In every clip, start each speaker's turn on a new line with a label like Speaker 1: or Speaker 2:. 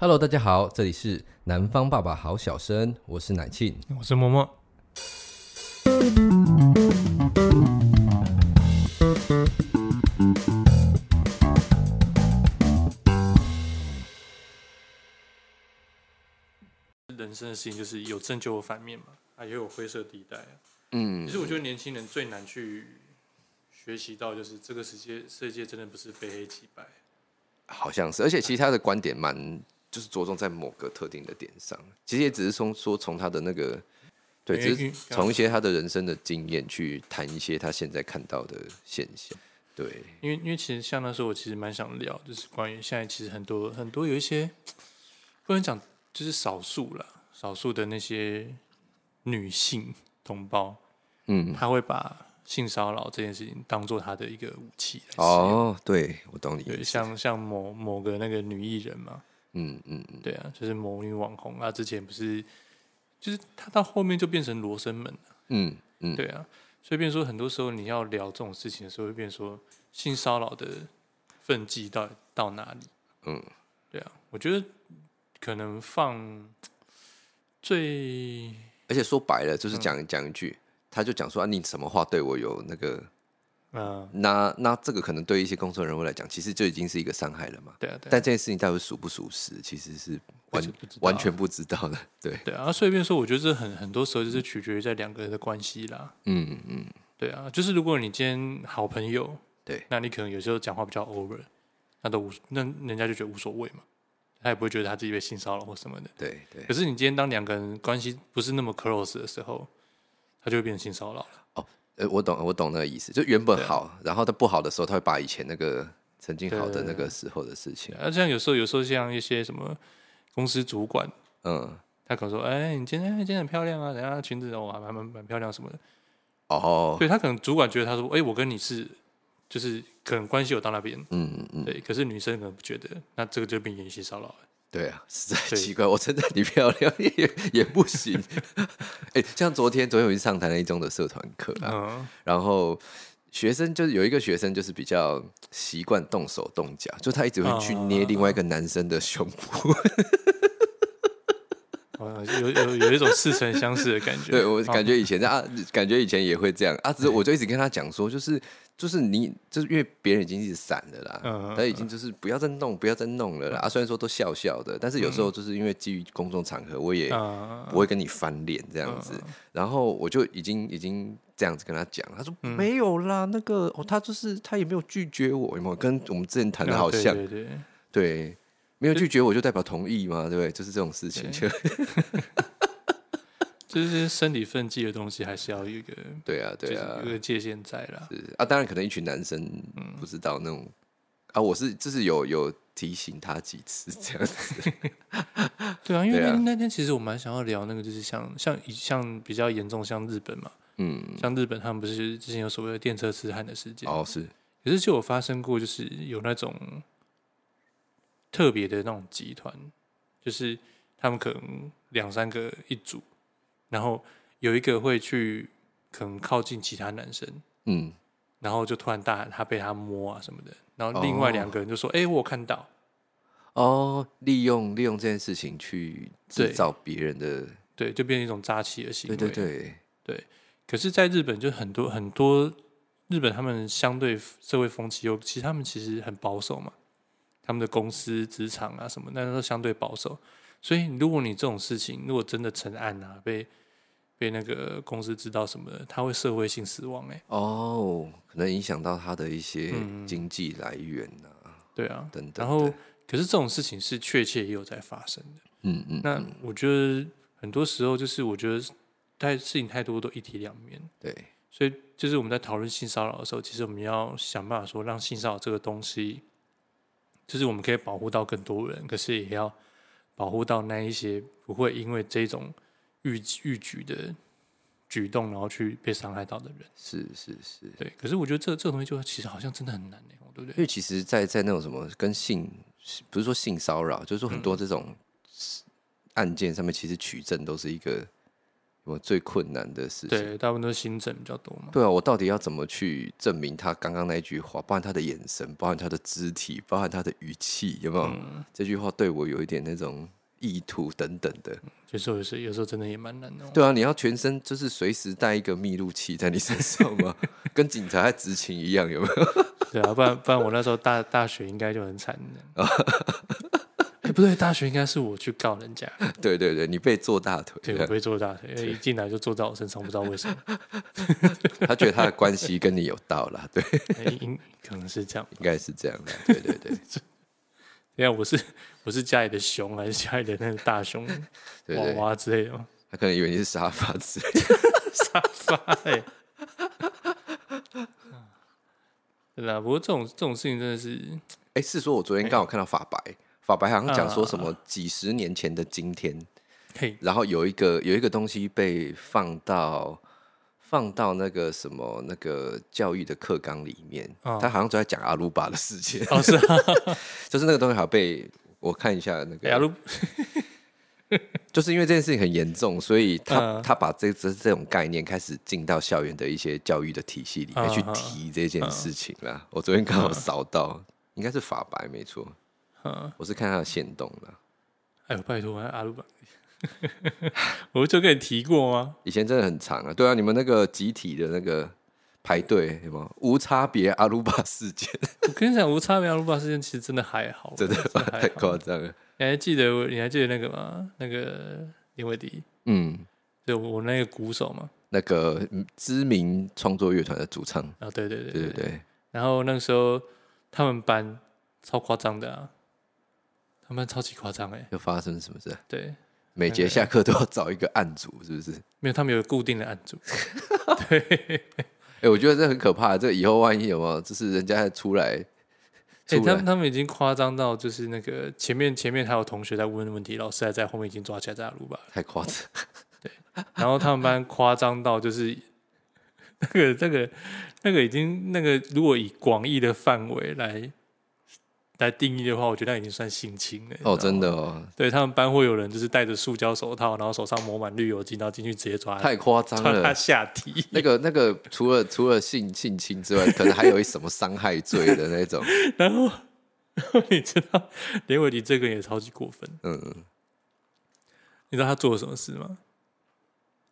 Speaker 1: Hello，大家好，这里是南方爸爸好小生，我是奶庆。
Speaker 2: 我是嬷嬷。人生的事情就是有正就有反面嘛，啊，也有灰色地带啊。
Speaker 3: 嗯
Speaker 2: 其实我觉得年轻人最难去学习到，就是这个世界世界真的不是非黑即白。
Speaker 3: 好像是，而且其实他的观点蛮就是着重在某个特定的点上，其实也只是从说从他的那个对，
Speaker 2: 因为
Speaker 3: 只是从一些他的人生的经验去谈一些他现在看到的现象。对，
Speaker 2: 因为因为其实像那时候我其实蛮想聊，就是关于现在其实很多很多有一些不能讲就是少数啦，少数的那些女性同胞，
Speaker 3: 嗯，
Speaker 2: 她会把性骚扰这件事情当做她的一个武器来使用。
Speaker 3: 哦，对，我懂你
Speaker 2: 对，
Speaker 3: 意思。
Speaker 2: 像像某某个那个女艺人嘛，
Speaker 3: 嗯嗯嗯，
Speaker 2: 对啊，就是某女网红啊，之前不是，就是她到后面就变成罗生门了，
Speaker 3: 嗯嗯，
Speaker 2: 对啊，所以变成说很多时候你要聊这种事情的时候，会变成说性骚扰的分际到到哪里？
Speaker 3: 嗯，
Speaker 2: 对啊，我觉得可能放最
Speaker 3: 而且说白了就是讲讲一句，他就讲说啊，你什么话对我有那个，
Speaker 2: 嗯，
Speaker 3: 那那这个可能对一些公众人物来讲，其实就已经是一个伤害了嘛。
Speaker 2: 对啊，对啊，
Speaker 3: 但这件事情到底属不属实，其实是完
Speaker 2: 不知不知道啊
Speaker 3: 完全不知道的。对，
Speaker 2: 对啊，所以变成说，我觉得这很很多时候就是取决于在两个人的关系啦。
Speaker 3: 嗯嗯，
Speaker 2: 对啊，就是如果你今天好朋友，
Speaker 3: 对，
Speaker 2: 那你可能有时候讲话比较 over，那都无那人家就觉得无所谓嘛，他也不会觉得他自己被性骚扰或什么的。
Speaker 3: 对对。
Speaker 2: 可是你今天当两个人关系不是那么 close 的时候，他就会变成性骚扰了。
Speaker 3: 呃，我懂，我懂那个意思，就原本
Speaker 2: 啊
Speaker 3: 好，然后他不好的时候，他会把以前那个曾经好的那个时候的事情，
Speaker 2: 啊，像有时候有时候像一些什么公司主管，
Speaker 3: 嗯，
Speaker 2: 他可能说：“哎、你今天今天很漂亮啊，等下裙子哦，还蛮蛮蛮漂亮什么的。
Speaker 3: 哦，
Speaker 2: 对他可能主管觉得他说：“哎、我跟你是就是可能关系有到那边。”
Speaker 3: 嗯嗯，
Speaker 2: 对，可是女生可能不觉得，那这个就变言性骚扰了。
Speaker 3: 对啊，实在
Speaker 2: 对
Speaker 3: 奇怪，我称赞你漂亮也也也不行， 哎、像昨天，昨天我去上台那一中的社团课啊，
Speaker 2: 嗯，
Speaker 3: 然后学生就是有一个学生就是比较习惯动手动脚，就他一直会去捏另外一个男生的胸部，
Speaker 2: 哦有有有一种似曾相识的感觉。哦
Speaker 3: 对我感
Speaker 2: 觉
Speaker 3: 觉以前啊，感觉以前也会这样啊，只是我就一直跟他讲说，就是就是你就是因为别人已经一直闪了
Speaker 2: 嗯
Speaker 3: 啦，他已经就是不要再弄，不要再弄了啦。啊，虽然说都笑笑的，但是有时
Speaker 2: 嗯
Speaker 3: 候就是因为基于公众场合，我也
Speaker 2: 啊，
Speaker 3: 不会跟你翻脸这样
Speaker 2: 嗯
Speaker 3: 子。然后我就已经已经这样子跟他讲，他说
Speaker 2: 嗯
Speaker 3: 没有啦，那个哦，他就是他也没有拒绝我，有没有？跟我们之前谈的好像，
Speaker 2: 对对对，
Speaker 3: 对，没有拒绝我就代表同意嘛，对不对？就是这种事情，就
Speaker 2: 就是身体分际的东西，还是要有一个
Speaker 3: 对啊，对
Speaker 2: 就
Speaker 3: 啊
Speaker 2: 是有，一个界限在啦。
Speaker 3: 是啊，当然可能一群男生不知道那种、啊，我是就是有有提醒他几次这样子，
Speaker 2: 对啊，因为
Speaker 3: 对
Speaker 2: 那
Speaker 3: 啊
Speaker 2: 天那天其实我蛮想要聊那个，就是像像像比较严重，像日本嘛，
Speaker 3: 嗯，
Speaker 2: 像日本他们不是之前有所谓的电车痴汉的事件，
Speaker 3: 哦是，
Speaker 2: 可是就有发生过，就是有那种特别的那种集团，就是他们可能两三个一组，然后有一个会去可能靠近其他男生，
Speaker 3: 嗯，
Speaker 2: 然后就突然大喊他被他摸啊什么的，然后另外
Speaker 3: 哦
Speaker 2: 两个人就说：“哎、我有看到。
Speaker 3: 哦，利用利用这件事情去制
Speaker 2: 对
Speaker 3: 造别人的，”
Speaker 2: 对，就变成一种扎气的行
Speaker 3: 对
Speaker 2: 为。
Speaker 3: 对对，
Speaker 2: 可是，在日本就很多很多日本他们相对社会风气又，其实他们其实很保守嘛，他们的公司、职场啊什么，那都相对保守。所以，如果你这种事情如果真的成案啊，被被那个公司知道什么的，他会社会性死亡哎、
Speaker 3: 哦，可能影响到他的一些经济来源呐、
Speaker 2: 对啊。
Speaker 3: 等等的
Speaker 2: 然后，可是这种事情是确切也有在发生的。
Speaker 3: 嗯嗯，
Speaker 2: 那我觉得很多时候就是，我觉得太事情太多都一体两面。
Speaker 3: 对，
Speaker 2: 所以就是我们在讨论性骚扰的时候，其实我们要想办法说，让性骚扰这个东西，就是我们可以保护到更多人，可是也要保护到那一些不会因为这种逾逾矩的举动，然后去被伤害到的人。
Speaker 3: 是是是，
Speaker 2: 对，可是我觉得这这个东西就其实好像真的很难呢、欸对不
Speaker 3: 因
Speaker 2: 对？
Speaker 3: 为其实在，在那种什么跟性，不是说性嗯骚扰，就是说很多这种案件上面，其实取证都是一个么最困难的事情。
Speaker 2: 对，大部分都是新政比较多嘛。
Speaker 3: 对啊，我到底要怎么去证明他刚刚那一句话，包含他的眼神，包含他的肢体，包含他的语气，有没有？这句话对我有一点那种意图等等的。
Speaker 2: 有时候有时有时候真的也蛮难的、哦。
Speaker 3: 对啊，你要全身就是随时带一个密录器在你身上嘛，跟警察在执勤一样，有没 有？
Speaker 2: 对啊，不然不然我那时候大大学应该就很惨 的。哎、不对，大学应该是我去告人家，
Speaker 3: 对对对，你被坐大腿
Speaker 2: 对我不会坐大腿，因为一进来就坐在我身上，不知道 为什么，
Speaker 3: 他觉得他的关系跟你有到啦，对，
Speaker 2: 哎应、可能是这样。
Speaker 3: 应该是这样的，对对对
Speaker 2: 等一下我是我是家里的熊还是家里的那个大熊
Speaker 3: 对
Speaker 2: 娃
Speaker 3: 对，
Speaker 2: 娃之类的 吗？
Speaker 3: 他可能以为你是沙发之类的。
Speaker 2: 沙发哎、欸。对啦，不过这种这种事情真的是，
Speaker 3: 哎，是说我昨天刚好看到法白，法白好像讲说什么几十年前的今天，
Speaker 2: 嘿，
Speaker 3: 然后有一个有一个东西被放到放到那个什么那个教育的课纲里面，
Speaker 2: 嗯
Speaker 3: 他好像就在讲阿鲁巴的事情，
Speaker 2: 哦是啊，
Speaker 3: 就是那个东西好像被我看一下那
Speaker 2: 哎
Speaker 3: 个，
Speaker 2: 阿鲁
Speaker 3: 就是因为这件事情很严重，所以他、
Speaker 2: 嗯
Speaker 3: 他把这这这种概念开始进到校园的一些教育的体系里面
Speaker 2: 嗯
Speaker 3: 去
Speaker 2: 嗯
Speaker 3: 提这件事情啦。我昨天刚好扫到，应该是法白没错，
Speaker 2: 嗯
Speaker 3: 我是看他的线动啦。
Speaker 2: 哎呦拜托，阿鲁吧， 我就跟你提过吗？
Speaker 3: 以前真的很长啊，对啊，你们那个集体的那个排队什么无差别阿鲁巴事件，
Speaker 2: 我跟你讲，无差别阿鲁巴事件其实真的还好，啊
Speaker 3: 真的
Speaker 2: 真的还
Speaker 3: 太
Speaker 2: 好。
Speaker 3: 夸张了。
Speaker 2: 你还记得我？你还记得那个吗？那个林伟迪，
Speaker 3: 嗯，
Speaker 2: 就我我那个鼓手嘛。
Speaker 3: 那个嗯知名创作乐团的主唱，
Speaker 2: 啊，对对对
Speaker 3: 对对对，
Speaker 2: 然后那个时候他们班超夸张的啊，他们班超级夸张哎，
Speaker 3: 又发生什么事？
Speaker 2: 对，
Speaker 3: 每节下课都要找一个案主，是 不是？
Speaker 2: 没有他们有固定的案组，
Speaker 3: 哎、我觉得这很可怕。这以后万一有没有，就是人家出来，
Speaker 2: 哎、
Speaker 3: 出
Speaker 2: 他
Speaker 3: 来
Speaker 2: 们他们已经夸张到就是那个前面前面还有同学在问问题，老师还在后面已经抓起来在撸 吧，
Speaker 3: 太夸
Speaker 2: 啊
Speaker 3: 张。
Speaker 2: 然后他们班夸张到就是。 那个、那个、那个已经那个，如果以广义的范围来来定义的话，我觉得那已经算性侵了。
Speaker 3: 哦，真的哦，
Speaker 2: 对他们班会有人就是戴着塑胶手套，然后手上抹满绿油精，然后进去直接抓
Speaker 3: 太夸张
Speaker 2: 抓他
Speaker 3: 了。
Speaker 2: 下体。
Speaker 3: 那个那个，除了除了性性侵之外，可能还有一什么伤害罪的那 种。
Speaker 2: 然后，然后你知道连伟迪这个人也超级过分。
Speaker 3: 嗯，
Speaker 2: 你知道他做了什么事吗？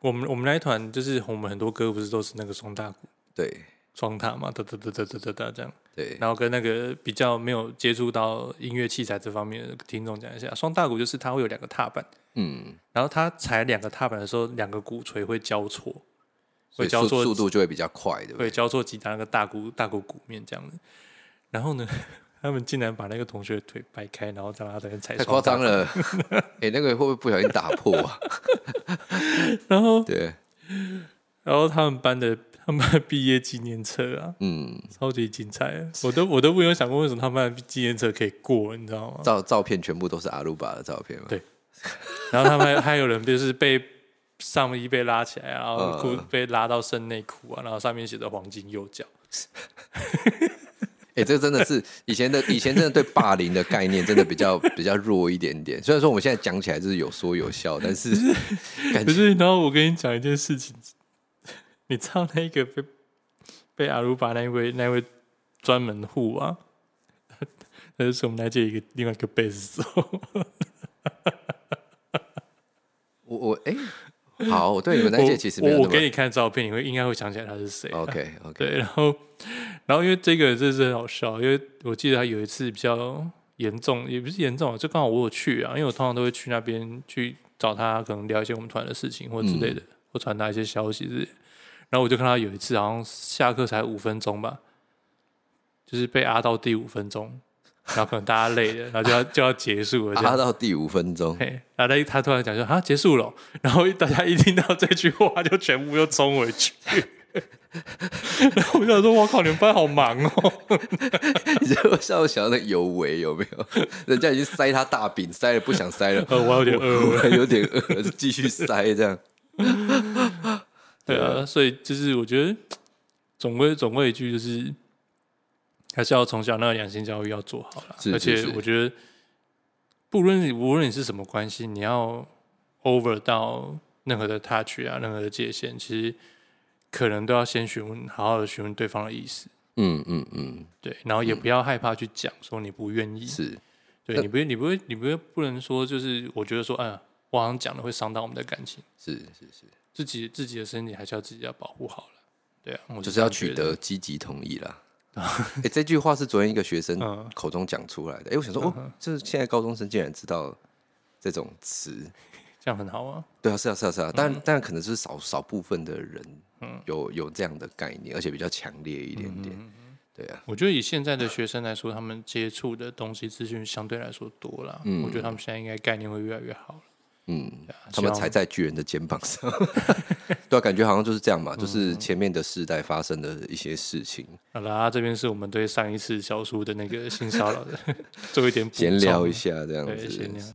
Speaker 2: 我们我们那一团就是我们很多歌不是都是那个双大鼓
Speaker 3: 对
Speaker 2: 双塔嘛，哒哒哒哒哒哒哒这样。
Speaker 3: 对，
Speaker 2: 然后跟那个比较没有接触到音乐器材这方面的听众讲一下，双大鼓就是它会有两个踏板，
Speaker 3: 嗯，
Speaker 2: 然后它踩两个踏板的时候，两个鼓锤会交错，
Speaker 3: 所
Speaker 2: 会
Speaker 3: 以
Speaker 2: 交
Speaker 3: 速
Speaker 2: 错
Speaker 3: 速度就会比较快，对不
Speaker 2: 对，
Speaker 3: 对？
Speaker 2: 交错击打那个大鼓大鼓鼓面这样子。然后呢，他们竟然把那个同学的腿掰开，然后让他在那边踩，
Speaker 3: 太夸张。了。 哎、那个会不会不小心打破啊？
Speaker 2: 然后，
Speaker 3: 对，
Speaker 2: 然后他们班的他们班毕业纪念册啊，
Speaker 3: 嗯，
Speaker 2: 超级精彩的，我都我都没有想过为什么他们的纪念册可以过，你知道吗？
Speaker 3: 照照片全部都是阿鲁巴的照片嘛。
Speaker 2: 对然后他们还还有人就是被上衣被拉起来，啊然后
Speaker 3: 呃
Speaker 2: 裤被拉到剩内裤啊，然后上面写着黄金右脚，
Speaker 3: 哎、这个真的是以前的，以前真的对霸凌的概念真的比较比较弱一点点。虽然说我们现在讲起来就是有说有笑，但 是感
Speaker 2: 可
Speaker 3: 觉
Speaker 2: 是，然后我跟你讲一件事情，你知道那个 被被阿鲁巴那一位那一位专门户啊， 他就是我们那届一个另外一个贝斯手，
Speaker 3: 我我哎、好，我对你们那
Speaker 2: 我
Speaker 3: 届其实没有
Speaker 2: 我
Speaker 3: 那
Speaker 2: 我给
Speaker 3: 么
Speaker 2: 你看照片，你会应该会想起来他是谁。
Speaker 3: OK OK，
Speaker 2: 对，然后然后因为这个真的是很好笑，因为我记得他有一次比较严重，也不是严重，就刚好我有去啊，因为我通常都会去那边去找他，可能聊一些我们团的事情或之类的，或传达一些消息之类的。然后我就看他有一次好像下课才五分钟吧，就是被压到第五分钟，然后可能大家累了，然后就要就要结束了这
Speaker 3: 啊拉
Speaker 2: 样。
Speaker 3: 到第五分钟，
Speaker 2: 嘿，然后他他突然讲说啊结束了哦，然后大家一听到这句话就全部又冲回去， 然后我就想说，我靠，你们班好忙哦，
Speaker 3: 你知道 像我想的有为有没有？人家已经塞他大饼，塞了不想塞了，
Speaker 2: 呃，我有点
Speaker 3: 突
Speaker 2: 饿，
Speaker 3: 然有点饿，继续塞这样。
Speaker 2: 对啊，所以就是我觉得总归总归一句就是，还是要从小那个养性教育要做好了，
Speaker 3: 是
Speaker 2: 而且
Speaker 3: 是是
Speaker 2: 我觉得不论你无论你是什么关系，你要 over 到任何的 touch 啊，任何的界限，其实可能都要先询问，好好的询问对方的意思，
Speaker 3: 嗯嗯嗯，
Speaker 2: 对，然后也不要害怕去讲说你不愿意，
Speaker 3: 是
Speaker 2: 对你不你不会你不会不能说就是我觉得说，嗯，我好像讲了会伤到我们的感情，
Speaker 3: 是是是，
Speaker 2: 自己自己的身体还是要自己要保护好了，对啊，我是
Speaker 3: 就是
Speaker 2: 这样
Speaker 3: 要取
Speaker 2: 觉得
Speaker 3: 得积极同意 啦。哎、这句话是昨天一个学生
Speaker 2: 嗯
Speaker 3: 口中讲出来的。哎、我想说，哦，就是现在高中生竟然知道这种词，
Speaker 2: 这样很好啊，
Speaker 3: 对啊，是啊，是啊，是啊，但
Speaker 2: 嗯
Speaker 3: 但可能是少少部分的人有有这样的概念，而且比较强烈一点
Speaker 2: 嗯
Speaker 3: 点。对啊，
Speaker 2: 我觉得以现在的学生来说，他们接触的东西资讯相对来说多了，
Speaker 3: 嗯
Speaker 2: 我觉得他们现在应该概念会越来越好了。
Speaker 3: 嗯，
Speaker 2: 对啊
Speaker 3: 他们
Speaker 2: 希望
Speaker 3: 踩在巨人的肩膀 上，对啊，感觉好像就是这样嘛，
Speaker 2: 嗯
Speaker 3: 就是前面的世代发生的一些事情，
Speaker 2: 好啦，这边是我 们对上一次小叔的那个性骚扰的做一点补充
Speaker 3: 闲聊一，下这样
Speaker 2: 对，闲聊
Speaker 3: 子。。